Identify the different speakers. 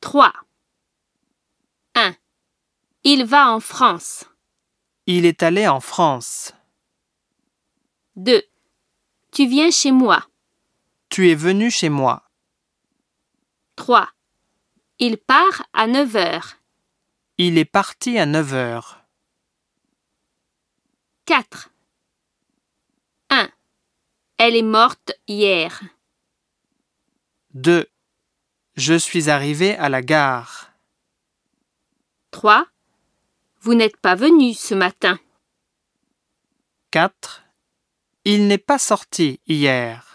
Speaker 1: 3. 1. Il va en France.
Speaker 2: Il est allé en France.
Speaker 1: 2. Tu viens chez moi.
Speaker 2: Tu es venu chez moi.
Speaker 1: 3. Il part à 9 heures.
Speaker 2: Il est parti à 9 heures.
Speaker 1: 4. 1. Elle est morte hier.
Speaker 2: 2. Je suis arrivé à la gare.
Speaker 1: 3. Vous n'êtes pas venu ce matin.
Speaker 2: 4. Il n'est pas sorti hier.